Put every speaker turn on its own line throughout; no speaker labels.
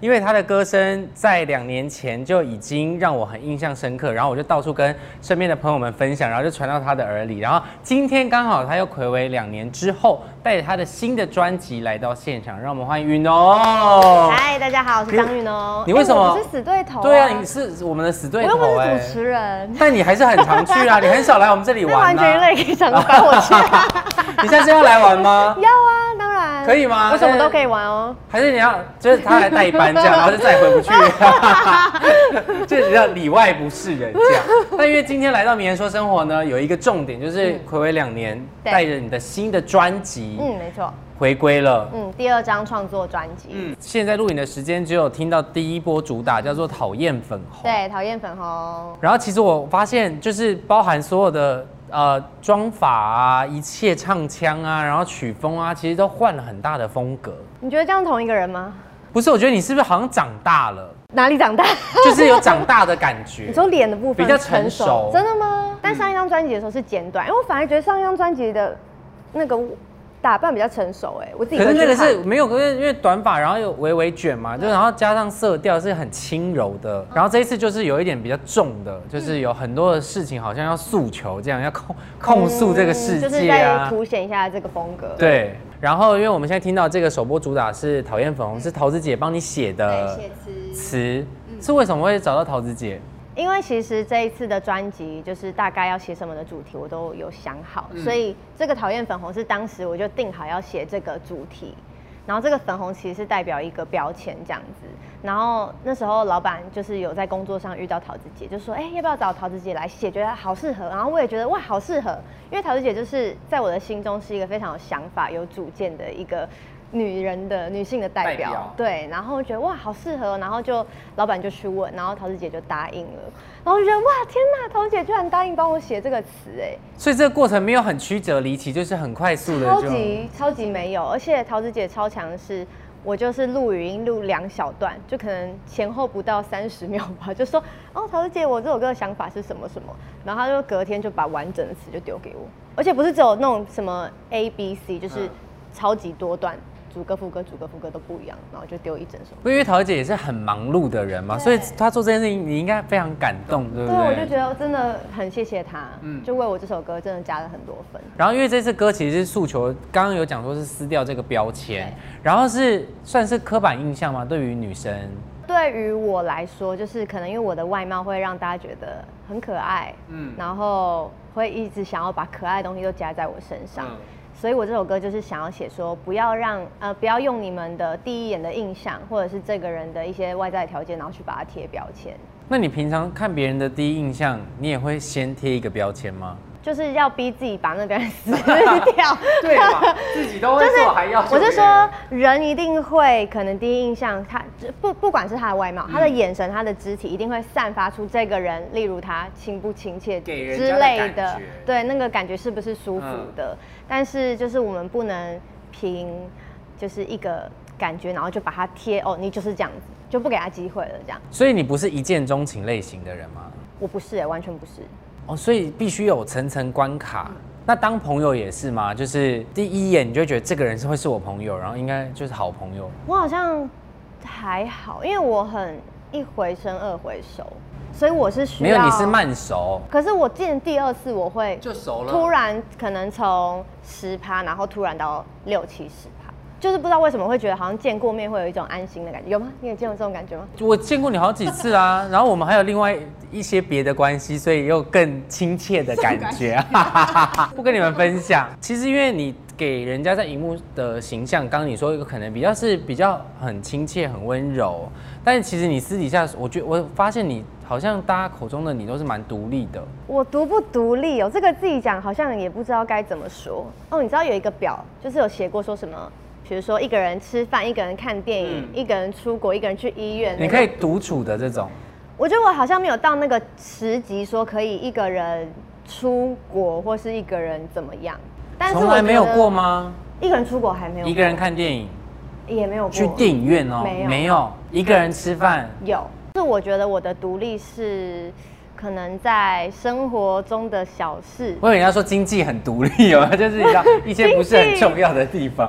因为他的歌声在两年前就已经让我很印象深刻，然后我就到处跟身边的朋友们分享，然后就传到他的耳里，然后今天刚好他又暌违两年之后，带着他的新的专辑来到现场，让我们欢迎云哦。
嗨，大家好，我是张玉农。
你为什么
哎我不是死对头、
对啊，你是我们的死
我
对
又不
头哎、
是主持人，
但你还是很常去啊，你很少来我们这里
那
玩
完
呢、
全可以想把我 去、啊。
你下次要来玩 吗？
要啊，当然。
可以吗
我什么都可以玩哦。
还是你要，就是他来带班这样，然后就再也回不去， 就是你知道里外不是人这样。但因为今天来到《名人说生活》呢，有一个重点就是暌违两年，
对
带着你的新的专辑
嗯，没错。
回归了。
嗯，第二张创作专辑。
嗯，现在录影的时间只有听到第一波主打叫做《讨厌粉红》。
对，讨厌粉红。
然后其实我发现，就是包含所有的呃妆法啊、一切唱腔啊，然后曲风啊，其实都换了很大的风格。
你觉得这样同一个人吗？
不是，我觉得你是不是好像长大了，
哪里 长大？
就是有长大的感觉。
你说脸的部分
比较成熟嗯
真的吗？但上一张专辑的时候是简短，因为我反而觉得上一张专辑的那个打扮比较成熟、哎，我自己
可是
会去
那个
看
是没有，因为因为短发，然后又微微卷嘛，就然后加上色调是很轻柔
嗯
的，然后这一次就是有一点比较重的，就是有很多的事情好像要诉求，这样要控控诉这个世
嗯就是
界
在
啊，
凸显一下这个风格。
对。然后因为我们现在听到这个首播主打是《讨厌粉红》，是桃子姐帮你写的
对，写词。
词，
嗯
是为什么会找到桃子姐？
因为其实这一次的专辑就是大概要写什么的主题，我都有想好，所以这个讨厌粉红是当时我就定好要写这个主题，然后这个粉红其实是代表一个标签这样子。然后那时候老板就是有在工作上遇到桃子姐，就说：“哎、要不要找桃子姐来写？觉得好适合。”然后我也觉得哇，好适合，因为桃子姐就是在我的心中是一个非常有想法、有主见的一个女人的女性的代表。
代表
对，然后觉得哇好适合，然后就老板就去问，然后桃子姐就答应了，然后就觉得哇天哪，桃子姐居然答应帮我写这个词哎，
所以这个过程没有很曲折离奇，就是很快速的
超
就。
级超级没有，而且桃子姐超强的是。我就是录语音录两小段，就可能前后不到三十秒吧， 就说哦，桃子姐，我这首歌的想法是什么什么，然后她就隔天就把完整的词就丢给我，而且不是只有那种什么 A B C，就是
嗯
超级多段，主歌副歌主歌副歌都不一样，然后就丢一整首。
不因为桃姐也是很忙碌的人嘛，所以她做这件事情，你应该非常感动，对不
对，
对？
我就觉得真的很谢谢他，
嗯
就为我这首歌真的加了很多分。
然后因为这次歌其实是诉求，刚刚有讲说是撕掉这个标签
对，
然后是算是刻板印象吗？对于女生，
对于我来说，就是可能因为我的外貌会让大家觉得很可爱，
嗯
然后会一直想要把可爱的东西都加在我身上。
嗯
所以我这首歌就是想要写说，不要让呃，不要用你们的第一眼的印象，或者是这个人的一些外在条件，然后去把它贴标签。
那你平常看别人的第一印象，你也会先贴一个标签吗？
就是要逼自己把那个人撕掉，
对吧？自己都会
就是
做，还要
我是说，人一定会可能第一印象，他不不管是他的外貌、他的眼神、他的肢体，一定会散发出这个人，例如他亲不亲切
给人家
之
的
类
感
的
觉，
对，那个感觉是不是舒服
嗯
的？但是就是我们不能凭就是一个感觉，然后就把它贴哦，你就是这样子，就不给他机会了这样。
所以你不是一见钟情类型的人吗？
我不是、完全不是。
哦，所以必须有层层关卡。那当朋友也是吗？就是第一眼你就会觉得这个人是会是我朋友，然后应该就是好朋友。
我好像还好，因为我很一回生二回熟，所以我是需
没
要。
有，你是。慢熟，
可是我见第二次我会
熟
突然可能从十趴，然后突然到六七十趴，就是不知道为什么会觉得好像见过面会有一种安心的感觉，有吗？你也见过这种感觉吗？
我见过你好几次啊，然后我们还有另外一些别的关系，所以又更亲切的感觉，啊 不跟你们分享。其实因为你给人家在荧幕的形象，刚刚你说有可能比较是比较很亲切、很温柔，但是其实你私底下，我觉我发现你好像大家口中的你都是蛮独立的，
我独不独立哦，这个自己讲好像也不知道该怎么说哦。你知道有一个表，就是有写过说什么，比如说一个人吃饭，一个人看电影，一个人出国，一个人去医院，
嗯你可以独处的这种。
我觉得我好像没有到那个时级，说可以一个人出国或是一个人怎么样。但是我
从来没有
觉得
过？吗？
一个人出国还没有过，
一个人看电影，
也没有过
去电影院哦，
没有
一个人吃饭，
有。是我觉得我的独立是可能在生活中的小 事，
我以为人家说经济很独立哦，就是你知道一些不是很重要的地方。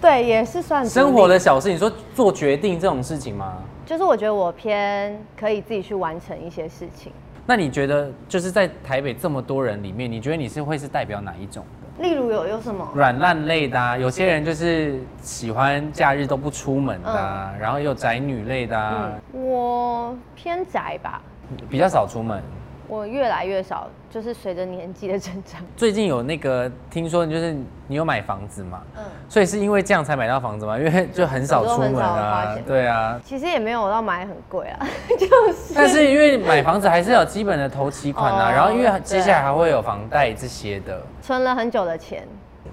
对，也是算独立
生活的小事，你说做决定这种事情吗？
就是我觉得我偏可以自己去完成一些事情。
那你觉得就是在台北这么多人里面，你觉得你是会是代表哪一种的？
例如有有什么？
软烂类的啊，有些人就是喜欢假日都不出门的、啊，
嗯
然后也有宅女类的、啊，
我偏宅吧，
比较少出门。
我越来越少，就是随着年纪的增长。
最近有那个听说，就是你有买房子嘛，
嗯，
所以是因为这样才买到房子嘛，因为就很少出门
有时候很少花
啊
钱，
对 啊。
其实也没有到买很贵啊， 就是
但是因为买房子还是有基本的头期款啊，
哦
然后因为接
对
下来还会有房贷这些的。
存了很久的钱。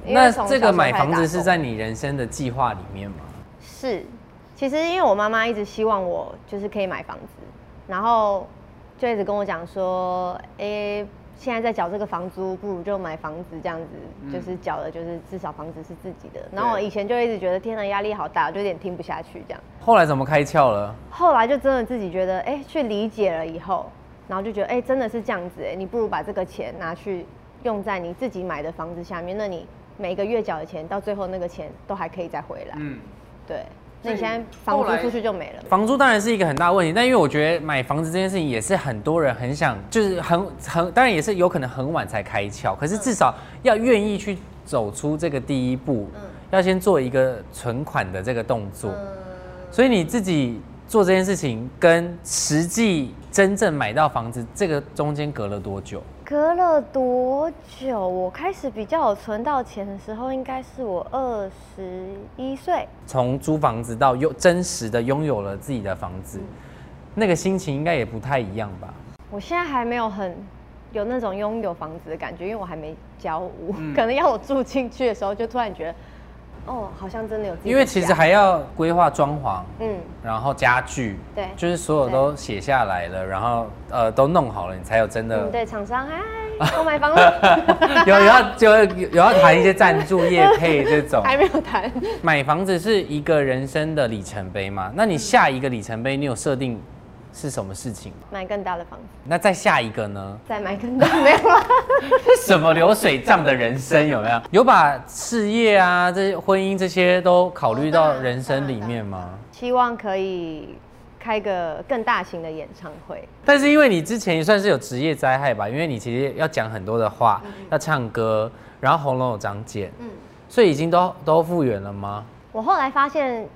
因为
那
从
这个
小时候
买
开始
房
打
子是
工
在你人生的计划里面吗？
是，其实因为我妈妈一直希望我就是可以买房子，然后就一直跟我讲说，诶、现在在缴这个房租，不如就买房子这样子，就是缴了，就是至少房子是自己的。然后我以前就一直觉得，天呐，压力好大，我就有点听不下去这样。
后来怎么开窍了？
后来就真的自己觉得，哎、去理解了以后，然后就觉得，哎、真的是这样子、哎，你不如把这个钱拿去用在你自己买的房子下面，那你每个月缴的钱，到最后那个钱都还可以再回来。
嗯，
对，
所
那
以
你现在房
后来
租出去就没了。
房租当然是一个很大的问题，但因为我觉得买房子这件事情也是很多人很想，就是很很，当然也是有可能很晚才开窍，可是至少要愿意去走出这个第一步，要先做一个存款的这个动作。所以你自己做这件事情跟实际真正买到房子，这个中间隔了多久？
隔了多久？我开始比较有存到钱的时候，应该是我二十一岁。
从租房子到有真实的拥有了自己的房子，那个心情应嗯该也不太一样吧？
我现在还没有很有那种拥有房子的感觉，因为我还没交屋， 可能要我住进去的时候，就突然觉得，哦，好像真的有自己的家。
因为其实还要规划装潢，
嗯，
然后家具，
对
就是所有都写下来了，然后呃都弄好了，你才有真
我们
的
对厂商，嗨，我买房了，
有有要就有有要谈一些赞助业配这种。
还没有谈。
买房子是一个人生的里程碑嘛？那你下一个里程碑，你有设定是什么事情吗？
买更大的房子，
那再下一个 呢？
再买更大，没有啦。
什么流水账的人生有没有？有把事业啊、这些婚姻这些都考虑到人生里面吗？
希望可以开个更大型的演唱会。
但是因为你之前也算是有职业灾害吧，因为你其实要讲很多的话，要唱歌，然后喉咙有长茧，
嗯，
所以已经都都复原了吗？
我后来发现，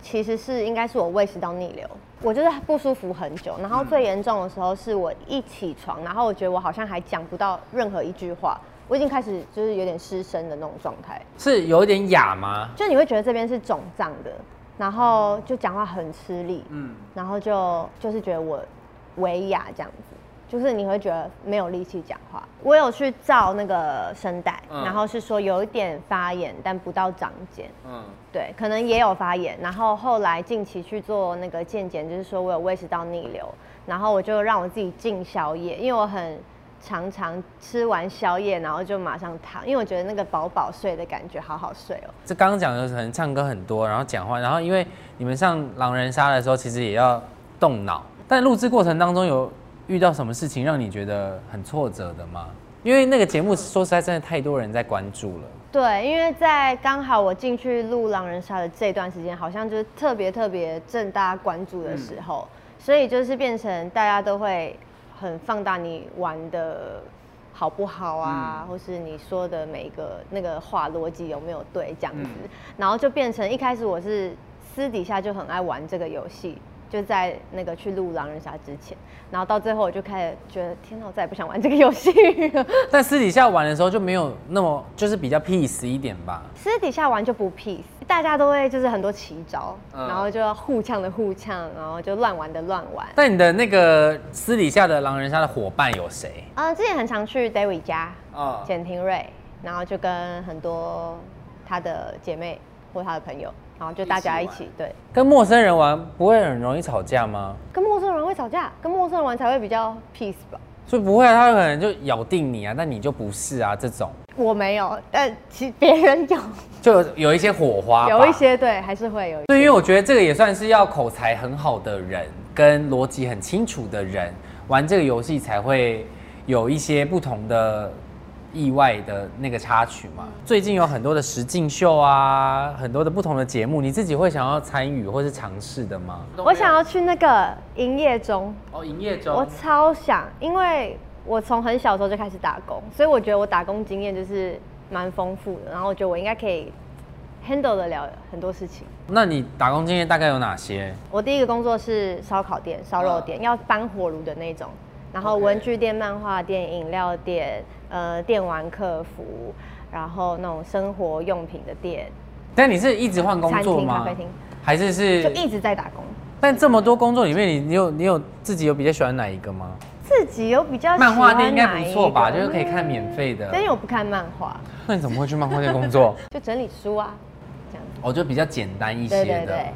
其实是应该是我胃食道逆流，我就是不舒服很久，然后最严重的时候是我一起床，然后我觉得我好像还讲不到任何一句话，我已经开始就是有点失声的那种状态，
是有一点哑吗？
就你会觉得这边是肿胀的，然后就讲话很吃力，
嗯，
然后就就是觉得我维哑这样子，就是你会觉得没有力气讲话。我有去照那个声带，
嗯
然后是说有一点发炎，但不到长茧，
嗯，
对，可能也有发炎。然后后来近期去做那个健检，就是说我有胃食道逆流，然后我就让我自己禁宵夜，因为我很。常常吃完宵夜，然后就马上躺，因为我觉得那个饱饱睡的感觉好好睡哦。
这刚刚讲的可能唱歌很多，然后讲话，然后因为你们上狼人杀的时候，其实也要动脑。但录制过程当中有遇到什么事情让你觉得很挫折的吗？因为那个节目说实在真的太多人在关注了。
对，因为在刚好我进去录《狼人杀》的这段时间，好像就是特别特别正大家关注的时候，所以就是变成大家都会很放大你玩的好不好啊，或是你说的每一个那个话逻辑有没有对这样子，然后就变成一开始我是私底下就很爱玩这个游戏。就在那个去录狼人杀之前，然后到最后我就开始觉得，天哪，我再也不想玩这个游戏了。
但私底下玩的时候就没有那么，就是比较 peace 一点吧。
私底下玩就不 peace，大家都会就是很多奇招，
嗯
然后就要互呛的互呛，然后就乱玩的乱玩。
但你的那个私底下的狼人杀的伙伴有谁？
呃，之前很常去 David 家，
啊、
简廷瑞，然后就跟很多他的姐妹或他的朋友，然后就大家一起对。
跟陌生人玩不会很容易吵架吗？
跟陌生人会吵架，跟陌生人玩才会比较 peace 吧。
所以不会啊，他可能就咬定你啊，但你就不是啊，这种
我没有，但其别人有，
就有有一些火花，
有一。些对，还是会有一些。
对，因为我觉得这个也算是要口才很好的人，跟逻辑很清楚的人玩这个游戏才会有一些不同的意外的那个插曲嘛。最近有很多的实境秀啊，很多的不同的节目，你自己会想要参与或是尝试的吗？
我想要去那个营业中，
哦，营业中
我超想，因为我从很小的时候就开始打工，所以我觉得我打工经验就是蛮丰富的，然后我觉得我应该可以 handle 得了很多事情。
那你打工经验大概有哪些？
我第一个工作是烧烤店、烧肉店，要搬火炉的那种。然后
嗯 OK
文具店、漫画店、饮料店，呃，电玩客服，然后那种生活用品的店，
但你是一直换工
餐
作
厅、咖
吗
啡？厅，
还是是
就一直在打工。
但这么多工作里面，你你有你有自己有比较喜欢哪一个吗？
自己有比较喜欢
漫画店应该
哪一
不错吧，
个嗯
就是可以看免费的。
但因为我不看漫画，
那你怎么会去漫画店工作？
就整理书啊，这样子。
哦，就比较简单一些的。
对对对，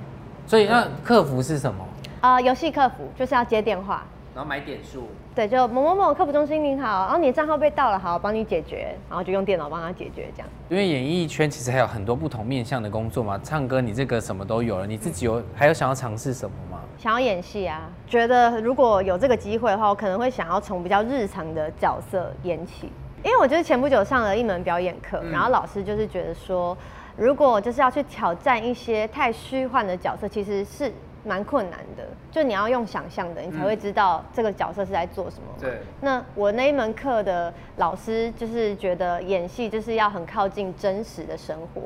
所以那客服是什么？
呃，游戏客服就是要接电话，
然后买点数。
对，就某某某客服中心您好，哦然后你的账号被盗了，好，我帮你解决，然后就用电脑帮他解决这样。
因为演艺圈其实还有很多不同面向的工作嘛，唱歌你这个什么都有了，你自己有还有想要尝试什么吗？
想要演戏啊，觉得如果有这个机会的话，我可能会想要从比较日常的角色演起。因为我就是前不久上了一门表演课，
嗯
然后老师就是觉得说，如果就是要去挑战一些太虚幻的角色，其实是蛮困难的。就你要用想象的，你才会
嗯
知道这个角色是在做什么嘛。
对
那我那一门课的老师就是觉得演戏就是要很靠近真实的生活，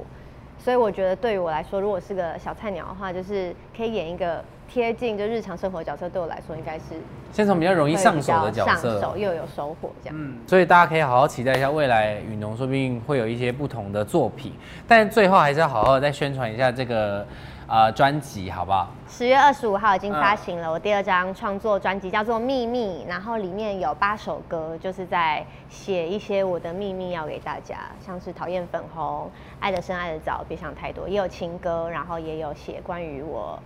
所以我觉得对于我来说，如果是个小菜鸟的话，就是可以演一个贴近就日常生活的角色，对我来说应该是
先从比较容易
会
上
比
手
较
的角色。
上手又有收获这样。
嗯，所以大家可以好好期待一下未来雨农说不定会有一些不同的作品，但最后还是要好好地再宣传一下这个呃专辑，好不好？
十月二十五号已经发行了我第二张创作专辑，叫做《秘密》，然后里面有八首歌，就是在写一些我的秘密要给大家，像是《讨厌粉红》《爱的深爱的早》《别想太多》，也有情歌，然后也有写关于我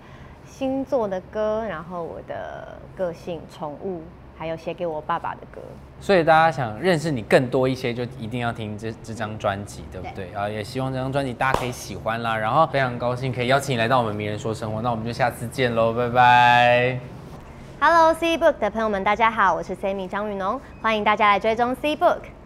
星座的歌，然后我的个性、宠物，还有写给我爸爸的歌。
所以大家想认识你更多一些，就一定要听这这张专辑，对不对？啊，也希望这张专辑大家可以喜欢啦。然后非常高兴可以邀请你来到我们《名人说生活》，那我们就下次见喽，拜拜。
Hello C Book 的朋友们，大家好，我是 Sammy 张雨农，欢迎大家来追踪 C Book。